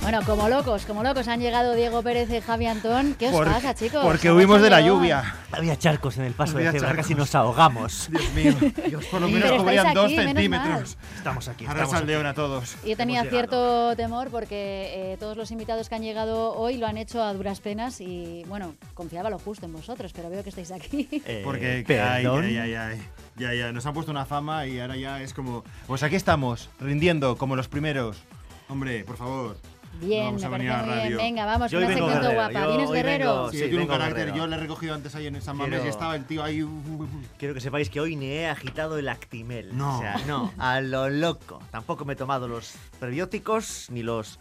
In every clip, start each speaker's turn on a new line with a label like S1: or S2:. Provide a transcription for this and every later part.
S1: Bueno, como locos, como locos han llegado Diego Pérez y Javi Antón. ¿Qué os
S2: Porque-
S1: pasa, chicos?
S2: Porque
S1: ¿Cómo
S2: huimos de la
S1: llegaron?
S2: lluvia.
S3: Había charcos en el paso
S2: Había
S3: de cebra,
S2: charcos.
S3: casi nos ahogamos.
S2: Dios mío. Dios, por lo
S1: Sí,
S2: menos
S1: pero
S2: cubrían
S1: estáis
S2: dos
S1: aquí, menos
S2: centímetros.
S3: Estamos aquí.
S2: Ahora
S3: Estamos
S2: sal
S3: aquí.
S2: león a todos.
S1: Yo tenía
S3: Hemos
S1: cierto temor porque eh, todos los invitados que han llegado hoy lo han hecho a duras penas y, bueno, confiaba lo justo en vosotros, pero veo que estáis aquí.
S3: Eh,
S2: Porque, ay,
S3: perdón.
S2: ay, ay, ay. Ya, ya, nos han puesto una fama y ahora ya es como. Pues aquí estamos, rindiendo como los primeros. Hombre, por favor.
S1: Bien,
S2: vamos
S1: me
S2: a venir
S1: parece
S2: a la
S1: muy bien.
S2: radio.
S1: Venga, vamos,
S3: Yo
S1: con
S3: hoy
S1: una
S3: vengo
S1: sección
S3: guerrero,
S1: guapa.
S3: yo
S1: ¿Vienes
S3: hoy
S1: guerrero?
S3: vengo-
S2: Sí,
S3: Oh, Sí,
S2: tiene un
S3: vengo
S2: carácter.
S3: guerrero.
S2: Yo le he recogido antes ahí en San Mamés y
S3: Quiero-
S2: estaba el tío ahí. uh,
S3: Quiero que sepáis que hoy ni he agitado el actimel.
S2: No.
S3: O sea, no, a lo loco. Tampoco me he tomado los prebióticos, ni los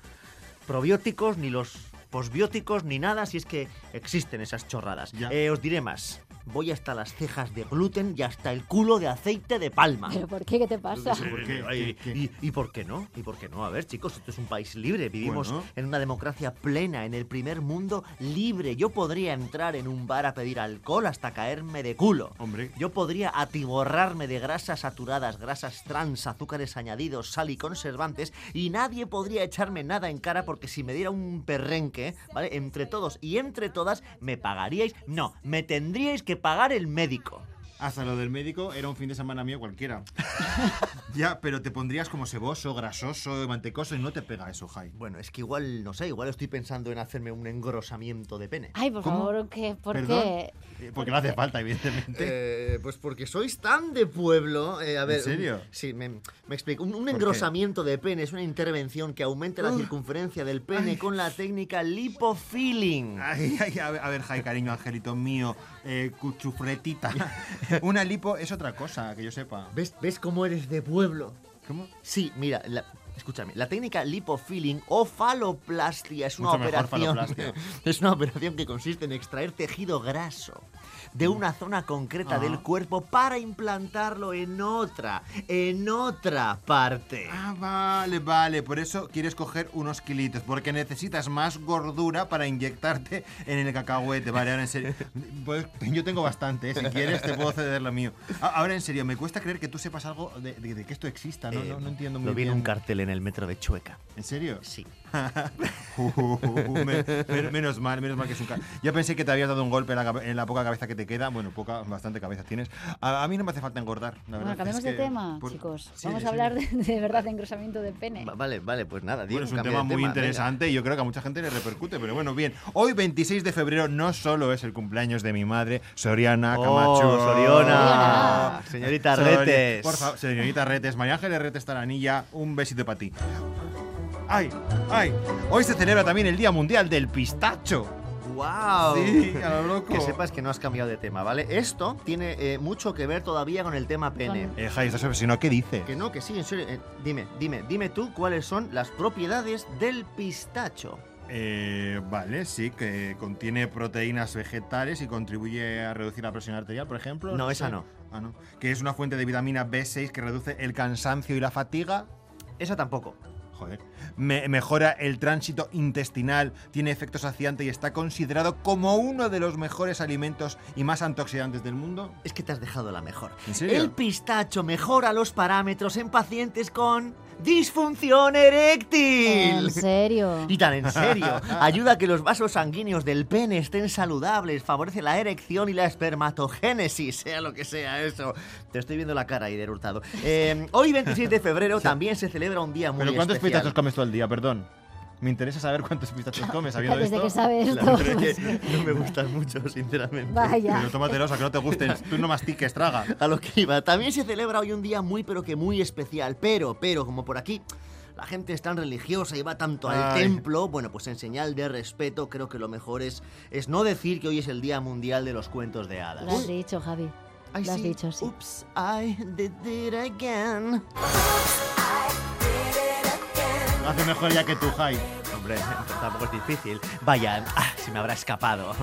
S3: probióticos, ni los posbióticos, ni nada, si es que existen esas chorradas.
S2: Ya.
S3: Eh, os diré más. Voy hasta las cejas de gluten y hasta el culo de aceite de palma.
S1: ¿Pero por qué? ¿Qué te pasa?
S2: Sí, ¿por qué?
S3: Ay,
S2: ¿Qué- qué?
S3: y, y por qué no? ¿Y por qué no? A ver, chicos, esto es un país libre. Vivimos
S2: Bueno.
S3: en una democracia plena, en el primer mundo libre. Yo podría entrar en un bar a pedir alcohol hasta caerme de culo.
S2: Hombre.
S3: Yo podría atiborrarme de grasas saturadas, grasas trans, azúcares añadidos, sal y conservantes, y nadie podría echarme nada en cara porque si me diera un perrenque, ¿vale? Entre todos y entre todas, me pagaríais. No, me tendríais que pagar el médico.
S2: Hasta lo del médico era un fin de semana mío cualquiera. ya, pero te pondrías como seboso, grasoso, mantecoso y no te pega eso, Jai.
S3: Bueno, es que igual, no sé, igual estoy pensando en hacerme un engrosamiento de pene.
S1: Ay, por
S2: ¿Cómo?
S1: favor, ¿qué? ¿por
S2: ¿Perdón?
S1: qué?
S2: Eh, Porque no hace falta, evidentemente.
S3: Eh, pues porque sois tan de pueblo. eh, a ver,
S2: serio?
S3: Sí, me, me explico. Un, un
S2: qué?
S3: engrosamiento de pene es una intervención que aumenta la
S2: Ugh.
S3: circunferencia del pene
S2: Ay. Ah.
S3: con la técnica lipofilling.
S2: Ay, ay, a ver, a ver, Jai, cariño, angelito mío, eh, cuchufretita. Una lipo es otra cosa, que yo sepa.
S3: ¿Ves, ¿Ves cómo eres de pueblo?
S2: ¿Cómo?
S3: Sí, mira, la- escúchame, la técnica lipofilling o faloplastia es una
S2: Mucho mejor
S3: operación
S2: faloplastia.
S3: es una operación que consiste en extraer tejido graso
S2: Mm.
S3: de una zona concreta
S2: Ajá.
S3: del cuerpo para implantarlo en otra, en otra parte.
S2: Ah, vale, vale. Por eso quieres coger unos kilitos, porque necesitas más gordura para inyectarte en el cacahuete. Vale, ahora en serio. Pues, yo tengo bastante, ¿eh? si quieres te puedo ceder lo mío. A- Ahora en serio, me cuesta creer que tú sepas algo de, de- de que esto exista, no,
S3: Eh,
S2: no, no entiendo muy
S3: Lo vi
S2: bien.
S3: en un cartel en el metro de Chueca.
S2: ¿En serio?
S3: Sí.
S2: Me- me- menos mal, menos mal que es un ca- Ya pensé que te habías dado un golpe en la, cabe- en la poca cabeza que te queda. Bueno, poca, bastante cabeza tienes. A, a mí no me hace falta engordar, la
S1: Bueno,
S2: verdad. es
S1: cambiemos
S2: que
S1: de tema,
S2: por-
S1: chicos.
S2: Sí,
S1: Vamos
S2: sí.
S1: a hablar de, de verdad de engrosamiento de pene.
S3: Va- vale, vale, pues nada. Diego,
S2: Bueno, es un
S3: cambia
S2: tema
S3: de
S2: muy
S3: venga.
S2: interesante y yo creo que a mucha gente le repercute, pero bueno, bien. Hoy, 26 de febrero, no solo es el cumpleaños de mi madre, Soriana
S3: Oh,
S2: Camacho.
S3: Soriona.
S1: Soriona.
S3: Señorita
S2: Sori-
S3: Retes.
S2: Por favor, señorita Retes, María Ángeles Retes Taranilla, un besito para ti. ¡Ay! ¡Ay! Hoy se celebra también el Día Mundial del Pistacho.
S3: ¡Wow!
S2: Sí, a lo loco.
S3: Oh. Que sepas que no has cambiado de tema, ¿vale? Esto tiene eh, mucho que ver todavía con el tema pene.
S1: Con-
S2: Eh, Jai, estás obsesionado, ¿qué dices?
S3: Que no, que sí, en serio. eh, dime, dime, dime tú cuáles son las propiedades del pistacho.
S2: Eh, vale, sí, que contiene proteínas vegetales y contribuye a reducir la presión arterial, por ejemplo.
S3: No, esa
S2: sé.
S3: no.
S2: Ah, no. Que es una fuente de vitamina B6 que reduce el cansancio y la fatiga.
S3: Esa tampoco.
S2: Joder. Me- mejora el tránsito intestinal, tiene efecto saciante y está considerado como uno de los mejores alimentos y más antioxidantes del mundo.
S3: Es que te has dejado la mejor.
S2: ¿En serio?
S3: El pistacho mejora los parámetros en pacientes con disfunción eréctil.
S1: En serio.
S3: Y tan en serio, ayuda a que los vasos sanguíneos del pene estén saludables, favorece la erección y la espermatogénesis, sea lo que sea eso. Te estoy viendo la cara, Ider Hurtado. Eh, hoy, 26 de febrero, también se celebra un día muy
S2: ¿Pero cuántos
S3: especial.
S2: pistachos comes tú al día? Perdón. Me interesa saber cuántos pistachos comes, sabiendo
S1: Desde
S2: esto.
S1: que sabe
S3: La
S1: esto. pues
S3: verdad es que no me gustan mucho, sinceramente.
S1: Vaya.
S2: Pero tómatelos a que no te gusten. Tú no mastiques, traga.
S3: A lo que iba. También se celebra hoy un día muy, pero que muy especial. Pero, pero, como por aquí la gente es tan religiosa y va tanto al
S2: Ay.
S3: templo, bueno, pues en señal de respeto, creo que lo mejor es, es no decir que hoy es el Día Mundial de los Cuentos de Hadas.
S1: Lo has dicho, Javi.
S3: Ay,
S1: Lo has
S3: sí.
S1: dicho, sí.
S3: Oops, I did it again.
S2: Lo hace mejor ya que tú, Jai.
S3: Hombre, tampoco es difícil. Vaya, ah, se me habrá escapado.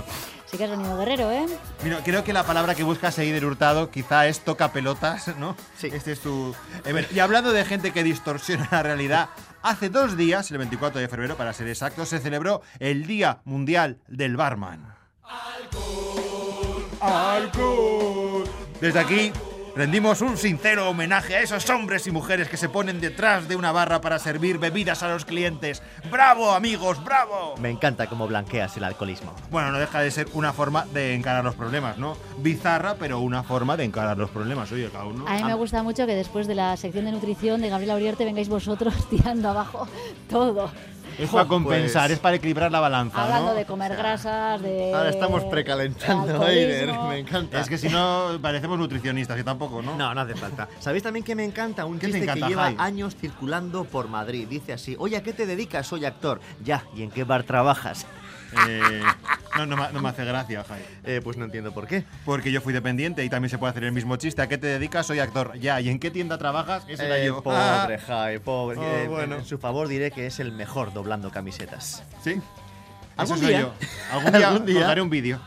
S1: Sí que has venido guerrero, ¿eh?
S2: Mira, creo que la palabra que buscas ahí del Hurtado quizá es toca pelotas, ¿no?
S3: Sí.
S2: Este es tu. Eh, bueno, y hablando de gente que distorsiona la realidad, hace dos días, el 24 de febrero para ser exacto, se celebró el Día Mundial del Barman. ¡Alcohol! ¡Alcohol! Desde aquí. Rendimos un sincero homenaje a esos hombres y mujeres que se ponen detrás de una barra para servir bebidas a los clientes. ¡Bravo, amigos! ¡Bravo!
S3: Me encanta cómo blanqueas el alcoholismo.
S2: Bueno, no deja de ser una forma de encarar los problemas, ¿no? Bizarra, pero una forma de encarar los problemas. Oye, cada uno. Ah,
S1: A mí me gusta mucho que después de la sección de nutrición de Gabriela Uriarte vengáis vosotros tirando abajo todo.
S2: Es para
S3: Pues-
S2: compensar, es para equilibrar la
S3: Ah,
S2: balanza,
S1: Hablando
S2: ¿no?
S1: de comer grasas, de.
S3: Ahora estamos
S1: de
S3: precalentando, Aider.
S1: alcoholismo.
S3: Me encanta.
S2: Es que si no, parecemos nutricionistas, que tampoco, ¿no?
S3: No, no hace falta. ¿Sabéis también que me encanta? Un
S2: ¿Qué te
S3: chiste
S2: encanta,
S3: que lleva
S2: Jai?
S3: años circulando por Madrid. Dice así, oye, ¿a qué te dedicas? Soy actor. Ya, ¿y en qué bar trabajas?
S2: Eh, no, no, me- no me hace gracia, Jai.
S3: Eh, pues no entiendo por qué.
S2: Porque yo fui dependiente y también se puede hacer el mismo chiste. ¿A qué te dedicas? Soy actor. Ya, ¿y en qué tienda trabajas? Ese era
S3: Eh,
S2: yo.
S3: pobre Jai, pobre.
S2: Oh,
S3: Eh,
S2: bueno.
S3: En su favor diré que es el mejor doblando camisetas.
S2: ¿Sí?
S3: Algún
S2: Eso soy
S3: día.
S2: yo. Algún día.
S3: Algún día.
S2: os daré un vídeo.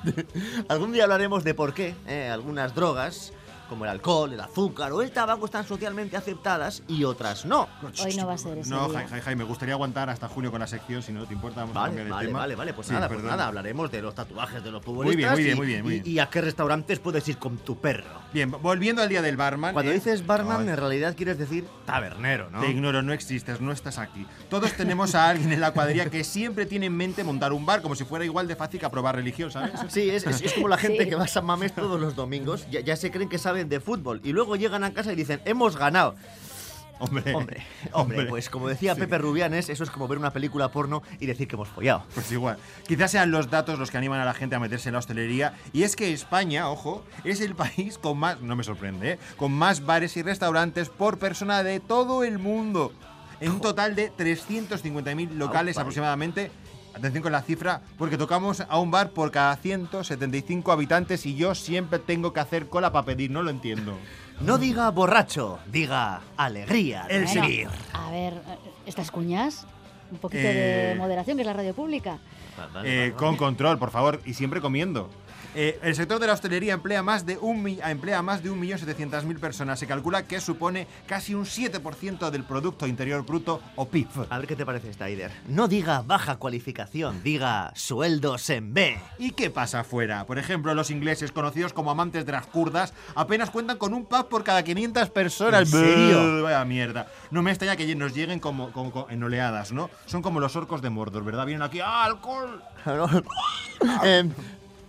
S3: Algún día hablaremos de por qué eh, algunas drogas, como el alcohol, el azúcar o el tabaco, están socialmente aceptadas y otras no.
S1: Hoy no va a ser ese
S2: No,
S1: día.
S2: Jai, Jai, Jai, me gustaría aguantar hasta julio con la sección, si no te importa, vamos a
S3: Vale,
S2: cambiar de
S3: vale,
S2: tema.
S3: vale, vale, pues
S2: Sí,
S3: nada, pues
S2: perdón.
S3: nada, hablaremos de los tatuajes de los futbolistas
S2: Muy bien, muy bien,
S3: y-
S2: muy bien, muy
S3: y-
S2: bien.
S3: y a qué restaurantes puedes ir con tu perro.
S2: Bien, volviendo al día del barman.
S3: Cuando
S2: eh,
S3: dices barman,
S2: ay,
S3: en realidad quieres decir tabernero, ¿no?
S2: Te ignoro, no existes, no estás aquí. Todos tenemos a alguien en la cuadrilla que siempre tiene en mente montar un bar, como si fuera igual de fácil que aprobar religión, ¿sabes?
S3: Sí, es, es- es como la gente
S1: Sí.
S3: que va a San Mamés todos los domingos, ya, ya se creen que saben de fútbol y luego llegan a casa y dicen, hemos ganado.
S2: Hombre,
S3: Hombre, hombre, pues como decía Pepe Rubianes, eso es como ver una película porno y decir que hemos follado.
S2: Pues igual. Quizás sean los datos los que animan a la gente a meterse en la hostelería. Y es que España, ojo, es el país con más, no me sorprende, ¿eh? con más bares y restaurantes por persona de todo el mundo. En un total de 350.000 locales
S3: Aupa.
S2: aproximadamente. Atención con la cifra, porque tocamos a un bar por cada 175 habitantes y yo siempre tengo que hacer cola para pedir, no lo entiendo.
S3: No diga borracho, diga alegría. de
S2: El
S1: Bueno,
S3: vivir.
S1: a ver, estas cuñas, un poquito
S2: Eh,
S1: de moderación, que es la radio pública.
S3: Vale,
S2: Eh,
S3: vale, vale.
S2: con control, por favor, y siempre comiendo. Eh, el sector de la hostelería emplea más de un mi- emplea más de 1.700.000 personas. Se calcula que supone casi un 7% del Producto Interior Bruto o PIB.
S3: A ver qué te parece esta, Aider. No diga baja cualificación, diga sueldos en B.
S2: ¿Y qué pasa afuera? Por ejemplo, los ingleses, conocidos como amantes de las kurdas, apenas cuentan con un pub por cada 500 personas.
S3: ¿En serio?
S2: Buh, Vaya mierda. No me extraña que nos lleguen como, como- como en oleadas, ¿no? Son como los orcos de Mordor, ¿verdad? Vienen aquí, ¡ah, alcohol!
S3: Em,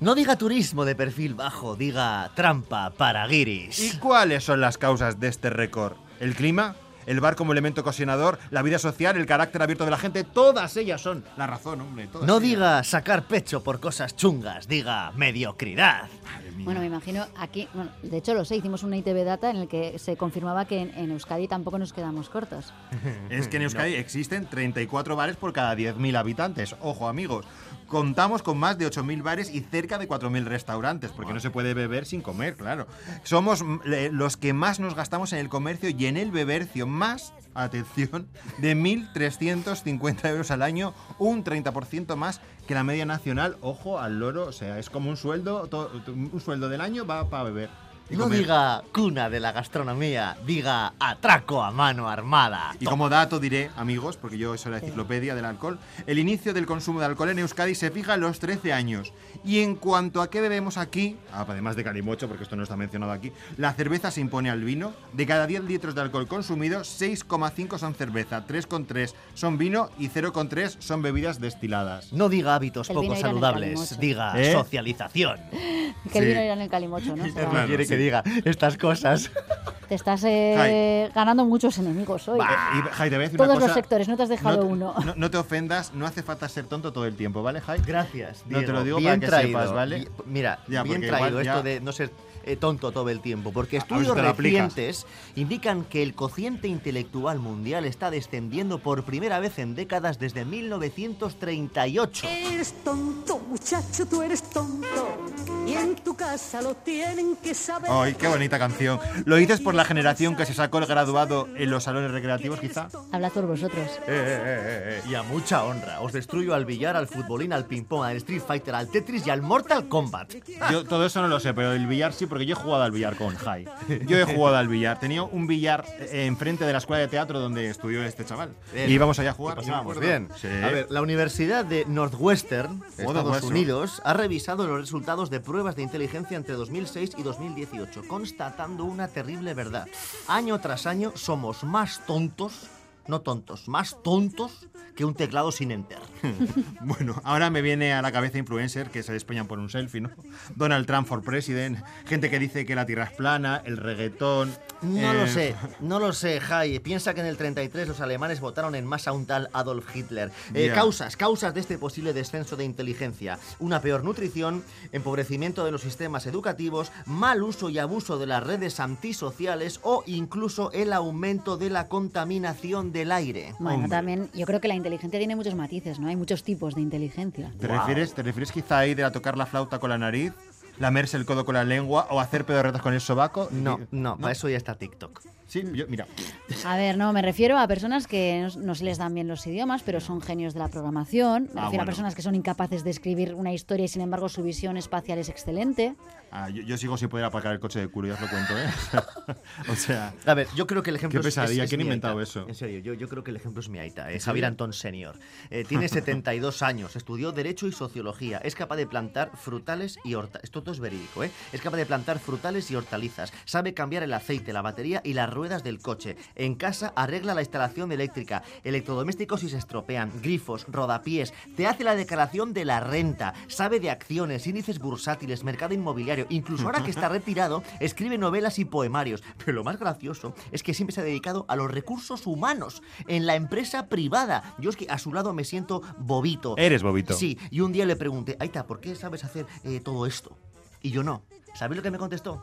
S3: no diga turismo de perfil bajo, diga trampa para
S2: ¿Y
S3: guiris.
S2: cuáles son las causas de este récord? ¿El clima? ¿El bar como elemento cohesionador? ¿La vida social? ¿El carácter abierto de la gente? Todas ellas son la razón, hombre. Todas
S3: No
S2: ellas.
S3: diga sacar pecho por cosas chungas, diga mediocridad.
S2: Madre mía.
S1: Bueno, me imagino aquí, bueno, de hecho lo sé, hicimos una ITV Data en el que se confirmaba que en, en Euskadi tampoco nos quedamos cortos.
S2: Es que en Euskadi existen 34 bares por cada 10.000 habitantes. Ojo, amigos. Contamos con más de 8.000 bares y cerca de 4.000 restaurantes, porque no se puede beber sin comer, claro. Somos mm, le- los que más nos gastamos en el comercio y en el bebercio, más, atención, de 1.350 euros al año, un 30% más que la media nacional. Ojo al loro, o sea, es como un sueldo, to- un sueldo del año va para beber. y
S3: No
S2: comer.
S3: diga cuna de la gastronomía, diga atraco a mano armada.
S2: Y como dato diré, amigos, porque yo soy la enciclopedia del alcohol, el inicio del consumo de alcohol en Euskadi se fija en los 13 años. Y en cuanto a qué bebemos aquí, ah, además de calimocho, porque esto no está mencionado aquí, la cerveza se impone al vino. De cada 10 litros de alcohol consumido, 6,5 son cerveza, 3,3 son vino y 0,3 son bebidas destiladas.
S3: No diga hábitos
S1: El
S3: poco
S1: vino irá en el
S3: saludables,
S1: calimocho.
S3: diga
S2: ¿Eh?
S3: socialización.
S1: Que el
S2: Sí.
S1: vino era en el calimocho, ¿no? O sea,
S2: Claro, sí.
S3: diga estas cosas.
S1: te estás eh, ganando muchos enemigos hoy.
S2: Eh, y, Jai, te voy a decir
S1: Todos
S2: una cosa,
S1: los sectores, no te has dejado
S2: no te-
S1: uno.
S2: No, no te ofendas, no hace falta ser tonto todo el tiempo, ¿vale, Jai?
S3: Gracias.
S2: No, te
S3: Diego.
S2: lo digo
S3: bien
S2: para que
S3: traído.
S2: sepas, ¿vale?
S3: Bi- Mira,
S2: Ya,
S3: bien
S2: porque igual
S3: traído
S2: ya-
S3: esto de no ser eh, tonto todo el tiempo, porque
S2: A- a ver si
S3: estudios
S2: te lo aplicas.
S3: recientes indican que el cociente intelectual mundial está descendiendo por primera vez en décadas desde 1938.
S4: Eres tonto, muchacho, tú eres tonto. Y en tu casa lo tienen que saber.
S2: Ay, qué bonita canción. ¿Lo dices por la generación que se sacó el graduado en los salones recreativos, quizá?
S1: Hablad por vosotros.
S3: Eh, eh, eh, eh, Y a mucha honra, os destruyo al billar, al futbolín, al ping-pong, al Street Fighter, al Tetris y al Mortal Kombat.
S2: Yo todo eso no lo sé, pero el billar sí, porque yo he jugado al billar con Jai. Yo he jugado al billar. Tenía un billar eh, enfrente de la escuela de teatro donde estudió este chaval.
S3: Bien.
S2: Y íbamos allá a jugar.
S3: Y pasábamos
S2: yo me
S3: bien.
S2: acuerdo. Sí.
S3: A ver, la Universidad de Northwestern, Estados
S2: Northwestern.
S3: Unidos, ha revisado los resultados de pruebas pruebas de inteligencia entre 2006 y 2018, constatando una terrible verdad. Año tras año somos más tontos, no tontos, más tontos que un teclado sin enter.
S2: Bueno, ahora me viene a la cabeza influencer que se despeñan por un selfie, ¿no? Donald Trump for president, gente que dice que la tierra es plana, el reggaetón.
S3: No lo
S2: eh,
S3: sé, no lo sé, Jai. Piensa que en el 33 los alemanes votaron en masa a un tal Adolf Hitler. Eh,
S2: Ya.
S3: Causas, causas de este posible descenso de inteligencia. Una peor nutrición, empobrecimiento de los sistemas educativos, mal uso y abuso de las redes antisociales o incluso el aumento de la contaminación del aire.
S1: Bueno, también yo creo que la inteligencia tiene muchos matices, ¿no? Hay muchos tipos de inteligencia.
S2: ¿Te, refieres, ¿Te refieres quizá a ir a tocar la flauta con la nariz, lamerse el codo con la lengua o hacer pedorretas con el sobaco?
S3: No,
S2: Y- mm,
S3: no, para eso ya está TikTok.
S2: Sí, yo- mira.
S1: A ver, no, me refiero a personas que no, no se les dan bien los idiomas, pero son genios de la programación. Me refiero
S2: Ah,
S1: a
S2: bueno.
S1: personas que son incapaces de escribir una historia y sin embargo su visión espacial es excelente.
S2: ah, yo, yo sigo sin poder aparcar el coche de culo, ya os lo cuento, ¿eh? o sea,
S3: A ver, yo creo que el ejemplo
S2: Qué
S3: es-
S2: pesadilla,
S3: es, es
S2: ¿quién ha
S3: mi
S2: inventado
S3: aita.
S2: eso?
S3: En serio, yo, yo creo que el ejemplo es mi aita, eh, Javier Antón Senior. Eh, tiene 72 años, estudió Derecho y Sociología, es capaz de plantar frutales y hortalizas. Esto todo es verídico, ¿eh? Es capaz de plantar frutales y hortalizas, sabe cambiar el aceite, la batería y las ruedas del coche. En casa arregla la instalación eléctrica, electrodomésticos si se estropean, grifos, rodapiés, te hace la declaración de la renta, sabe de acciones, índices bursátiles, mercado inmobiliario, incluso ahora que está retirado, escribe novelas y poemarios. Pero lo más gracioso es que siempre se ha dedicado a los recursos humanos en la empresa privada. Yo es que a su lado me siento bobito.
S2: Eres bobito.
S3: Sí, y un día le pregunté, Aita, ¿por qué sabes hacer eh, todo esto? Y yo no. ¿Sabes lo que me contestó?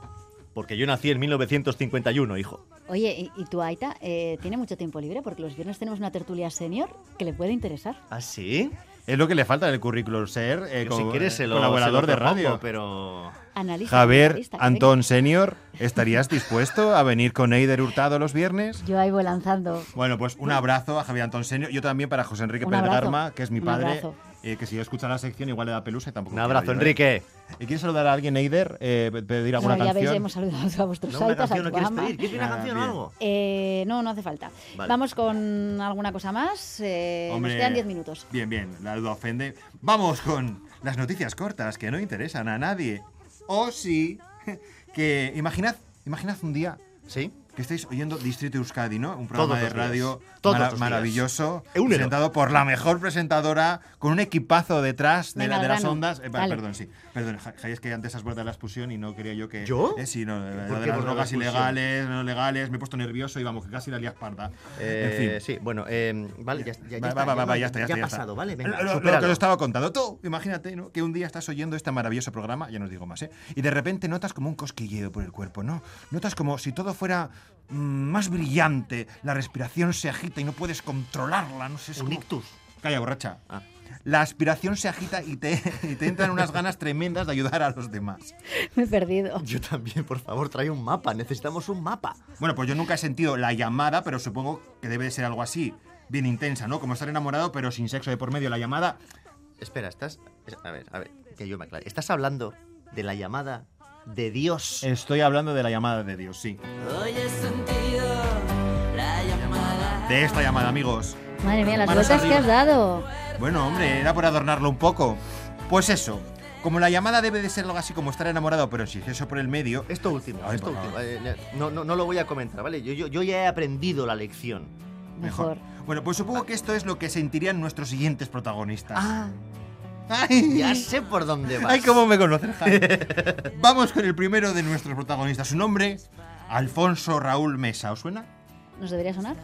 S3: Porque yo nací en 1951, hijo.
S1: Oye, ¿y, y tu Aita eh, tiene mucho tiempo libre? Porque los viernes tenemos una tertulia senior que le puede interesar.
S3: ¿Ah, sí?
S2: es lo que le falta en el currículum, ser eh,
S3: Yo,
S2: como,
S3: si quieres, se
S2: eh,
S3: lo,
S2: colaborador
S3: se lo
S2: de radio.
S3: propongo, pero...
S1: Analista.
S2: Javier,
S1: periodista, que
S2: Antón Senior, ¿estarías dispuesto a venir con Eider Hurtado los viernes?
S1: venga. Yo ahí voy lanzando.
S2: Bueno, pues un abrazo a Javier Antón Senior. Yo también para José Enrique
S1: Un
S2: Pedregarma,
S1: abrazo.
S2: que es mi
S1: Un
S2: padre.
S1: abrazo.
S2: eh, que si yo escucha la sección igual le da pelusa y tampoco.
S3: Un
S2: quiero
S3: abrazo,
S2: yo, ¿eh?
S3: Enrique.
S2: ¿Y quieres saludar a alguien, Eider? Eh, pe- ¿Pedir alguna
S1: No, ya veis,
S2: canción?
S1: hemos saludado a vuestros
S3: No, una
S1: Aitas, a
S3: canción no
S1: tu
S3: quieres
S1: ama.
S3: pedir. ¿Quieres pedir una
S2: Nada,
S3: canción o
S2: Ah, bien.
S3: algo?
S1: Eh, no, no hace falta.
S3: Vale.
S1: Vamos con alguna cosa más. Eh,
S2: Hombre,
S1: nos quedan 10 minutos.
S2: Bien, bien, la duda ofende. Vamos con las noticias cortas que no interesan a nadie. O sí, que imaginad, imaginad un día
S3: ¿Sí?
S2: que estáis oyendo Distrito Euskadi, ¿no? Un programa
S3: Todos
S2: de
S3: los días.
S2: radio
S3: Todos
S2: mara-
S3: los días.
S2: maravilloso,
S3: Eunero.
S2: presentado por la mejor presentadora, con un equipazo detrás de,
S1: Venga,
S2: la, de
S1: al
S2: las
S1: grano.
S2: ondas. Eh, pa-
S1: Dale.
S2: perdón, sí. Perdón, Ja- Jai, es que antes has vuelto a la expulsión y no quería yo que...
S3: ¿Yo?
S2: Eh, sí, no, lo de-
S3: ¿Por
S2: lo de
S3: qué
S2: las
S3: vuelvo a la
S2: drogas
S3: expulsión?
S2: ilegales, no legales, me he puesto nervioso y vamos, que casi la lía parda. en fin.
S3: Sí, bueno, eh, vale, ya, ya, ya
S2: Va,
S3: está,
S2: va, va, va,
S3: no,
S2: ya está, ya, está,
S3: ha
S2: ya está.
S3: pasado, ¿vale?
S2: Lo-
S3: Venga,
S2: lo- lo, que
S3: supéralo.
S2: os estaba contando. Tú, imagínate, ¿no? Que un día estás oyendo este maravilloso programa, ya no os digo más, ¿eh? Y de repente notas como un cosquilleo por el cuerpo, ¿no? Notas como si todo fuera mm, más brillante, la respiración se agita y no puedes controlarla, no sé, es
S3: Un
S2: como-
S3: ictus.
S2: Calla, borracha.
S3: Ah.
S2: La aspiración se agita y te, y te entran unas ganas tremendas de ayudar a los demás.
S1: Me he perdido.
S3: Yo también, por favor, trae un mapa. Necesitamos un mapa.
S2: Bueno, pues yo nunca he sentido la llamada, pero supongo que debe de ser algo así, bien intensa, ¿no? Como estar enamorado, pero sin sexo de por medio. La llamada
S3: Espera, estás. es- A ver, a ver, que yo me aclare. Estás hablando de la llamada de Dios.
S2: Estoy hablando de la llamada de Dios, sí. De esta llamada, amigos.
S1: Madre mía, las
S2: Manos
S1: vueltas que
S2: arriba.
S1: has dado.
S2: Bueno, hombre, era por adornarlo un poco. Pues eso, como la llamada debe de ser algo así como estar enamorado, pero sin eso por el medio.
S3: Esto último,
S2: Ay,
S3: esto
S2: por
S3: último.
S2: favor.
S3: eh, no, no, no lo voy a comentar, ¿vale? Yo, yo, yo ya he aprendido la lección.
S1: Mejor.
S2: Bueno, pues supongo que esto es lo que sentirían nuestros siguientes protagonistas.
S3: Ah,
S2: ¡Ay!
S3: ya sé por dónde vas.
S2: ¡Ay, cómo me conocen, Javi. Vamos con el primero de nuestros protagonistas. Su nombre, Alfonso Raúl Mesa. ¿Os suena?
S1: ¿Nos debería sonar?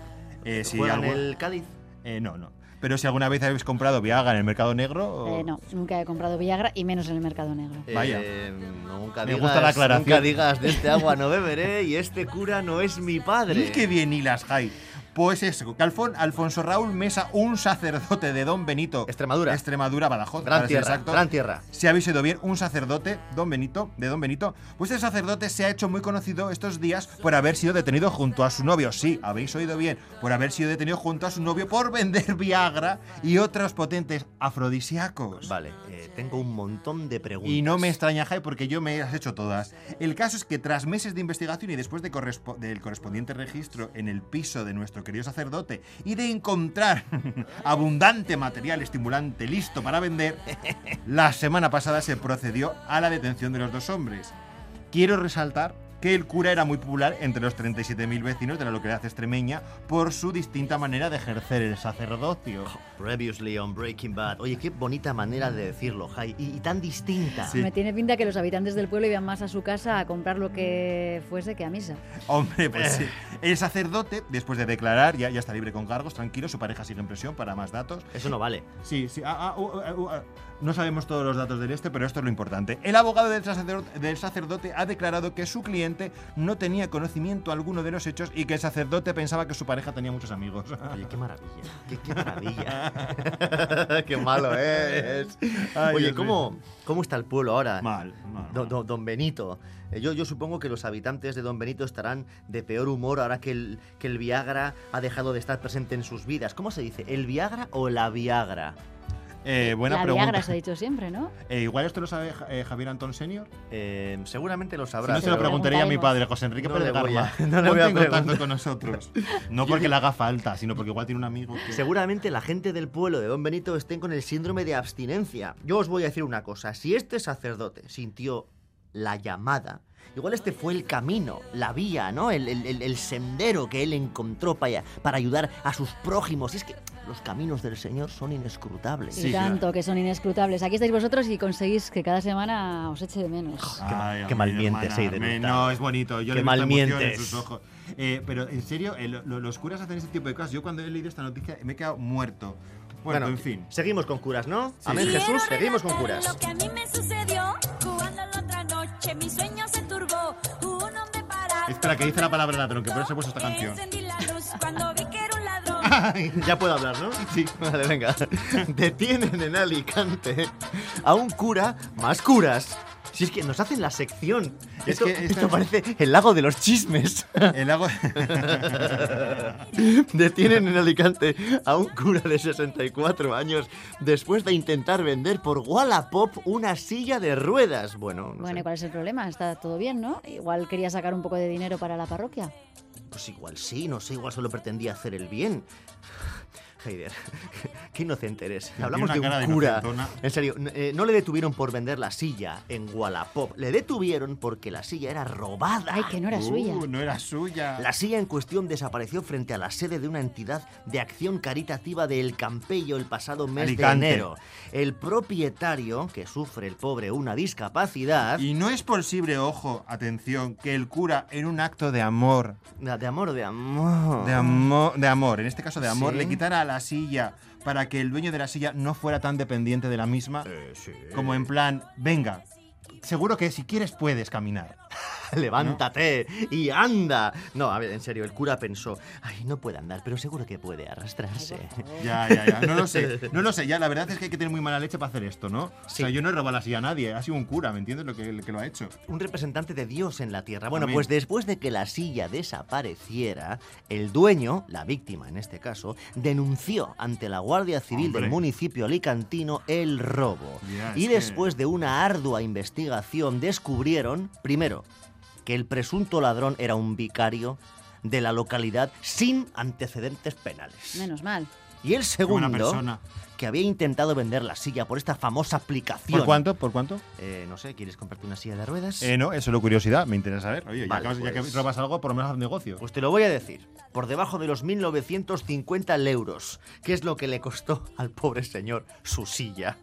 S2: Eh, sí,
S3: Juega en
S2: algo-
S3: el Cádiz.
S2: eh, no, no. Pero si alguna vez habéis comprado Viaga en el mercado negro. o-
S1: Eh, no, nunca he comprado Villagra y menos en el mercado negro.
S2: Vaya.
S3: Eh, nunca
S2: Me
S3: digas,
S2: gusta la aclaración.
S3: Nunca digas de este agua no beberé y este cura no es mi padre.
S2: ¡Qué bien hilas, Jai! Pues eso, que Alfon- Alfonso Raúl Mesa, un sacerdote de Don Benito.
S3: Extremadura.
S2: Extremadura, Badajoz. para
S3: Gran
S2: ser
S3: tierra,
S2: exactos.
S3: gran tierra.
S2: Si habéis oído bien, un sacerdote, Don Benito, de Don Benito. Pues este sacerdote se ha hecho muy conocido estos días por haber sido detenido junto a su novio. Sí, habéis oído bien, por haber sido detenido junto a su novio por vender Viagra y otros potentes afrodisíacos.
S3: Vale, eh, tengo un montón de preguntas.
S2: Y no me extraña, Jai, porque yo me las he hecho todas. El caso es que tras meses de investigación y después de correspo- del correspondiente registro en el piso de nuestro nuestro querido sacerdote y de encontrar abundante material estimulante listo para vender, la semana pasada se procedió a la detención de los dos hombres. Quiero resaltar que el cura era muy popular entre los 37.000 vecinos de la localidad extremeña por su distinta manera de ejercer el sacerdocio.
S3: Previously on Breaking Bad. Oye, qué bonita manera de decirlo, Jai. Y, y tan distinta.
S2: Sí.
S1: Me tiene pinta que los habitantes del pueblo iban más a su casa a comprar lo que fuese que a misa.
S2: Hombre, pues sí. El sacerdote, después de declarar, ya, ya está libre con cargos, tranquilo, su pareja sigue en prisión para más datos.
S3: Eso no vale.
S2: Sí, sí. ah, ah, uh, uh, uh, ah. no sabemos todos los datos del este, pero esto es lo importante. El abogado del sacerdote, del sacerdote ha declarado que su cliente no tenía conocimiento alguno de los hechos y que el sacerdote pensaba que su pareja tenía muchos amigos.
S3: Oye, qué maravilla. Qué, qué maravilla. qué malo es.
S2: Ay,
S3: Oye,
S2: Dios
S3: ¿cómo, ¿cómo está el pueblo ahora?
S2: Mal, mal,
S3: Do-
S2: mal.
S3: do- don Benito. Eh, Yo, yo supongo que los habitantes de Don Benito estarán de peor humor ahora que el, que el Viagra ha dejado de estar presente en sus vidas. ¿Cómo se dice? ¿El Viagra o la Viagra?
S2: Eh, buena
S1: la
S2: pregunta.
S1: Viagra se ha dicho siempre, ¿no?
S2: Eh, igual esto lo sabe Ja- eh, Javier Antón Senior.
S3: Eh, seguramente lo
S2: Si
S3: sabrás.
S2: no se lo
S3: pero-
S2: preguntaría a mi
S1: preguntaremos.
S2: padre, José Enrique
S3: No
S2: Pérez
S3: le voy
S2: Garma.
S3: a- no le voy a
S2: Ponte en contacto
S3: preguntar.
S2: con nosotros. No porque le haga falta, sino porque igual tiene un amigo que...
S3: Seguramente la gente del pueblo de Don Benito estén con el síndrome de abstinencia. Yo os voy a decir una cosa, si este sacerdote sintió la llamada, igual este fue el camino, la vía, ¿no? El, el- el- el sendero que él encontró para, para ayudar a sus prójimos. Y es que los caminos del Señor son inescrutables.
S2: Sí,
S1: y
S2: claro.
S1: tanto, que son inescrutables. Aquí estáis vosotros y conseguís que cada semana os eche de menos.
S2: Ay,
S3: qué
S2: hombre,
S3: mal miente,
S2: hermana,
S3: sí, de
S2: hombre,
S3: nota.
S2: No, es bonito. Yo
S3: Qué
S2: le he
S3: mal
S2: visto emoción en
S3: mientes.
S2: sus ojos. Eh, pero en serio, eh, lo- lo- los curas hacen ese tipo de cosas. Yo cuando he leído esta noticia me he quedado muerto. Bueno, en fin.
S3: Seguimos con curas, ¿no?
S2: Sí.
S3: Amén,
S2: Quiero
S3: Jesús, seguimos con
S5: relatar
S3: curas.
S5: Lo que a mí me sucedió jugando la otra noche, mi sueño se turbó. Hubo un hombre parado.
S2: Espera, que dice la palabra ladrón, que por eso he puesto esta canción.
S5: Encendí la luz cuando vi que era un ladrón.
S3: Ya puedo hablar, ¿no?
S2: Sí.
S3: Vale, venga. Detienen en Alicante a un cura más curas. Si es que nos hacen la sección.
S2: Es
S3: esto,
S2: que esta-
S3: esto parece el lago de los chismes.
S2: El lago...
S3: Detienen en Alicante a un cura de 64 años después de intentar vender por Wallapop una silla de ruedas. Bueno, no
S1: Bueno, ¿y
S3: sé.
S1: ¿cuál es el problema? Está todo bien, ¿no? Igual quería sacar un poco de dinero para la parroquia.
S3: Pues igual sí, no sé, igual solo pretendía hacer el bien. Heider, qué inocente eres. Hablamos
S2: una
S3: de
S2: cara de
S3: un cura.
S2: inocentona.
S3: en serio, n- eh, no le detuvieron por vender la silla en Wallapop. Le detuvieron porque la silla era robada.
S1: Ay, que no era suya.
S2: Uh, no era suya.
S3: La silla en cuestión desapareció frente a la sede de una entidad de acción caritativa de El Campello el pasado mes
S2: Alicante.
S3: de enero. El propietario, que sufre el pobre una discapacidad,
S2: Y no es posible, ojo, atención, que el cura en un acto de amor,
S3: de amor, de amor.
S2: de amor, de amor, en este caso de amor,
S3: Sí.
S2: le quitara a la silla para que el dueño de la silla no fuera tan dependiente de la misma,
S3: Eh,
S2: como en plan, venga, seguro que si quieres puedes caminar.
S3: levántate y anda. No, a ver, en serio, el cura pensó, ay, no puede andar, pero seguro que puede arrastrarse.
S2: Ya, ya, ya, no lo sé, no lo sé, ya, la verdad es que hay que tener muy mala leche para hacer esto, ¿no?
S3: Sí.
S2: O sea, yo no he robado la silla a nadie, ha sido un cura, ¿me entiendes lo que, el que lo ha hecho?
S3: Un representante de Dios en la tierra. Bueno,
S2: Amén.
S3: pues después de que la silla desapareciera, el dueño, la víctima en este caso, denunció ante la Guardia Civil del
S2: Hombre.
S3: municipio alicantino el robo.
S2: Ya,
S3: y
S2: es que-
S3: después de una ardua investigación descubrieron, primero, que el presunto ladrón era un vicario de la localidad sin antecedentes penales.
S1: Menos mal.
S3: Y el
S2: buena
S3: segundo,
S2: persona.
S3: que había intentado vender la silla por esta famosa aplicación.
S2: ¿Por cuánto? ¿Por cuánto?
S3: Eh, no sé, ¿quieres comprarte una silla de ruedas?
S2: Eh, no, es solo curiosidad, me interesa saber. Oye, ya,
S3: Vale,
S2: que, ya que
S3: pues.
S2: robas algo, por lo menos haz negocio.
S3: Pues te lo voy a decir. Por debajo de los 1.950 euros, que es lo que le costó al pobre señor su silla.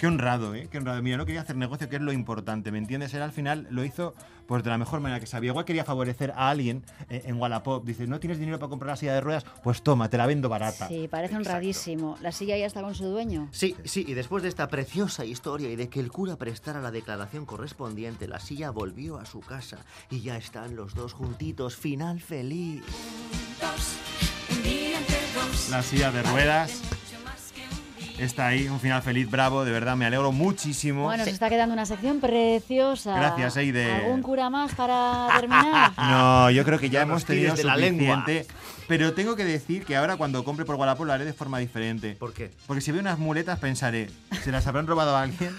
S2: Qué honrado, ¿eh? Qué honrado. Mira, no quería hacer negocio, que es lo importante, ¿me entiendes? Él al final lo hizo pues de la mejor manera que sabía. Igual quería favorecer a alguien eh, en Wallapop. Dice, ¿no tienes dinero para comprar la silla de ruedas? Pues toma, te la vendo barata.
S1: Sí, parece un radísimo. La silla ya está con su dueño.
S3: Sí, sí, y después de esta preciosa historia y de que el cura prestara la declaración correspondiente, la silla volvió a su casa y ya están los dos juntitos. Final feliz.
S2: La silla de ruedas. Está ahí, un final feliz, bravo, de verdad, me alegro muchísimo.
S1: Bueno, se está quedando una sección preciosa.
S2: Gracias, Eide.
S1: ¿Algún cura más para terminar?
S2: No, yo creo que ya
S3: Ah. No nos
S2: hemos tenido
S3: tires de la
S2: suficiente. Pero tengo que decir que ahora cuando compre por Wallapop lo haré de forma diferente.
S3: ¿Por qué?
S2: Porque si veo unas muletas pensaré, ¿se las habrán robado a alguien?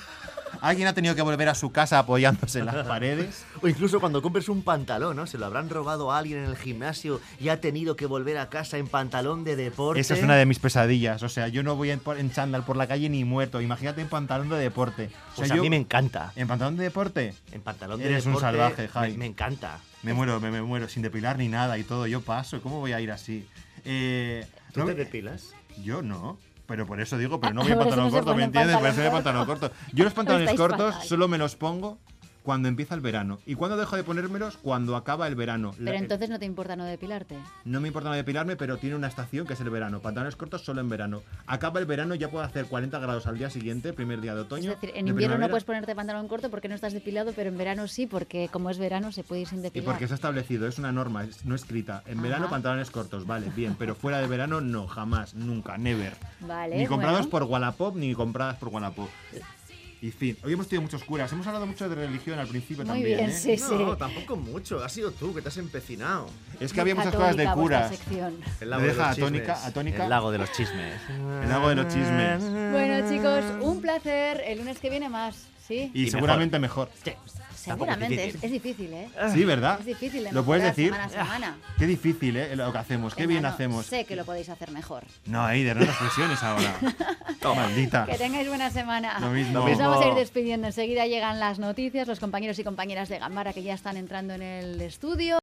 S2: Alguien ha tenido que volver a su casa apoyándose en las paredes.
S3: O incluso cuando compres un pantalón, ¿no? Se lo habrán robado a alguien en el gimnasio y ha tenido que volver a casa en pantalón de deporte.
S2: Esa es una de mis pesadillas. O sea, yo no voy en, por- en chándal por la calle ni muerto. Imagínate en pantalón de deporte. O sea,
S3: Pues a
S2: yo-
S3: mí me encanta.
S2: ¿En pantalón de deporte?
S3: En pantalón de
S2: Eres un
S3: deporte,
S2: salvaje, Jai.
S3: Me, me encanta.
S2: Me muero, me, me muero, sin depilar ni nada y todo. Yo paso, ¿cómo voy a ir así? Eh,
S3: ¿Tú
S2: no
S3: te
S2: me-
S3: depilas?
S2: Yo no. Pero por eso digo, pero no voy en
S1: Por eso
S2: pantalón
S1: no se
S2: corto, ¿me
S1: pone
S2: entiendes? Por
S1: pantalón
S2: eso voy en
S1: corto.
S2: pantalón corto. Yo los pantalones
S1: Estáis
S2: cortos
S1: fatal.
S2: solo me los pongo cuando empieza el verano. ¿Y cuando dejo de ponérmelos? Cuando acaba el verano. La-
S1: Pero entonces no te importa no depilarte.
S2: No me importa no depilarme, pero tiene una estación que es el verano. Pantalones cortos solo en verano. Acaba el verano, ya puedo hacer 40 grados al día siguiente, primer día de
S1: Es
S2: otoño.
S1: decir, en
S2: de
S1: invierno no
S2: primavera.
S1: puedes ponerte pantalón corto porque no estás depilado, pero en verano sí, porque como es verano se puede ir sin
S2: Y
S1: depilar.
S2: porque se ha establecido, es una norma, es- no escrita. En verano
S1: Ajá.
S2: pantalones cortos, vale, bien, pero fuera de verano no, jamás, nunca, never.
S1: Vale,
S2: ni comprados
S1: bueno.
S2: por Wallapop, ni compradas por Wallapop. Y fin, hoy hemos tenido muchos curas, hemos hablado mucho de religión al principio
S1: Muy
S2: también.
S1: bien,
S2: ¿eh?
S1: sí, sí.
S3: No, tampoco mucho. Ha sido tú que te has empecinado.
S2: Es que
S1: Muy
S2: había muchas cosas de
S1: católica pues, vuestra
S2: curas.
S1: sección.
S3: El
S2: lago de los chismes. El lago
S3: El lago de los chismes.
S2: El lago de los chismes.
S1: Bueno, chicos, un placer. El lunes que viene más, ¿sí?
S2: Y,
S3: Y
S2: seguramente mejor.
S1: Seguramente. Es, es difícil, ¿eh?
S2: Sí, ¿verdad?
S1: Es difícil de
S2: Ah. Lo puedes
S1: mejorar
S2: decir.
S1: semana a semana.
S2: Qué difícil, ¿eh? Lo que hacemos, qué bien
S1: Hermano,
S2: hacemos.
S1: Sé que lo podéis hacer mejor.
S2: No, Eider, no nos presiones ahora. Maldita.
S1: Que tengáis buena semana.
S2: Lo mismo.
S1: Nos
S3: Lo
S1: vamos a ir
S3: mismo.
S1: despidiendo. Enseguida llegan las noticias, los compañeros y compañeras de Gambara que ya están entrando en el estudio.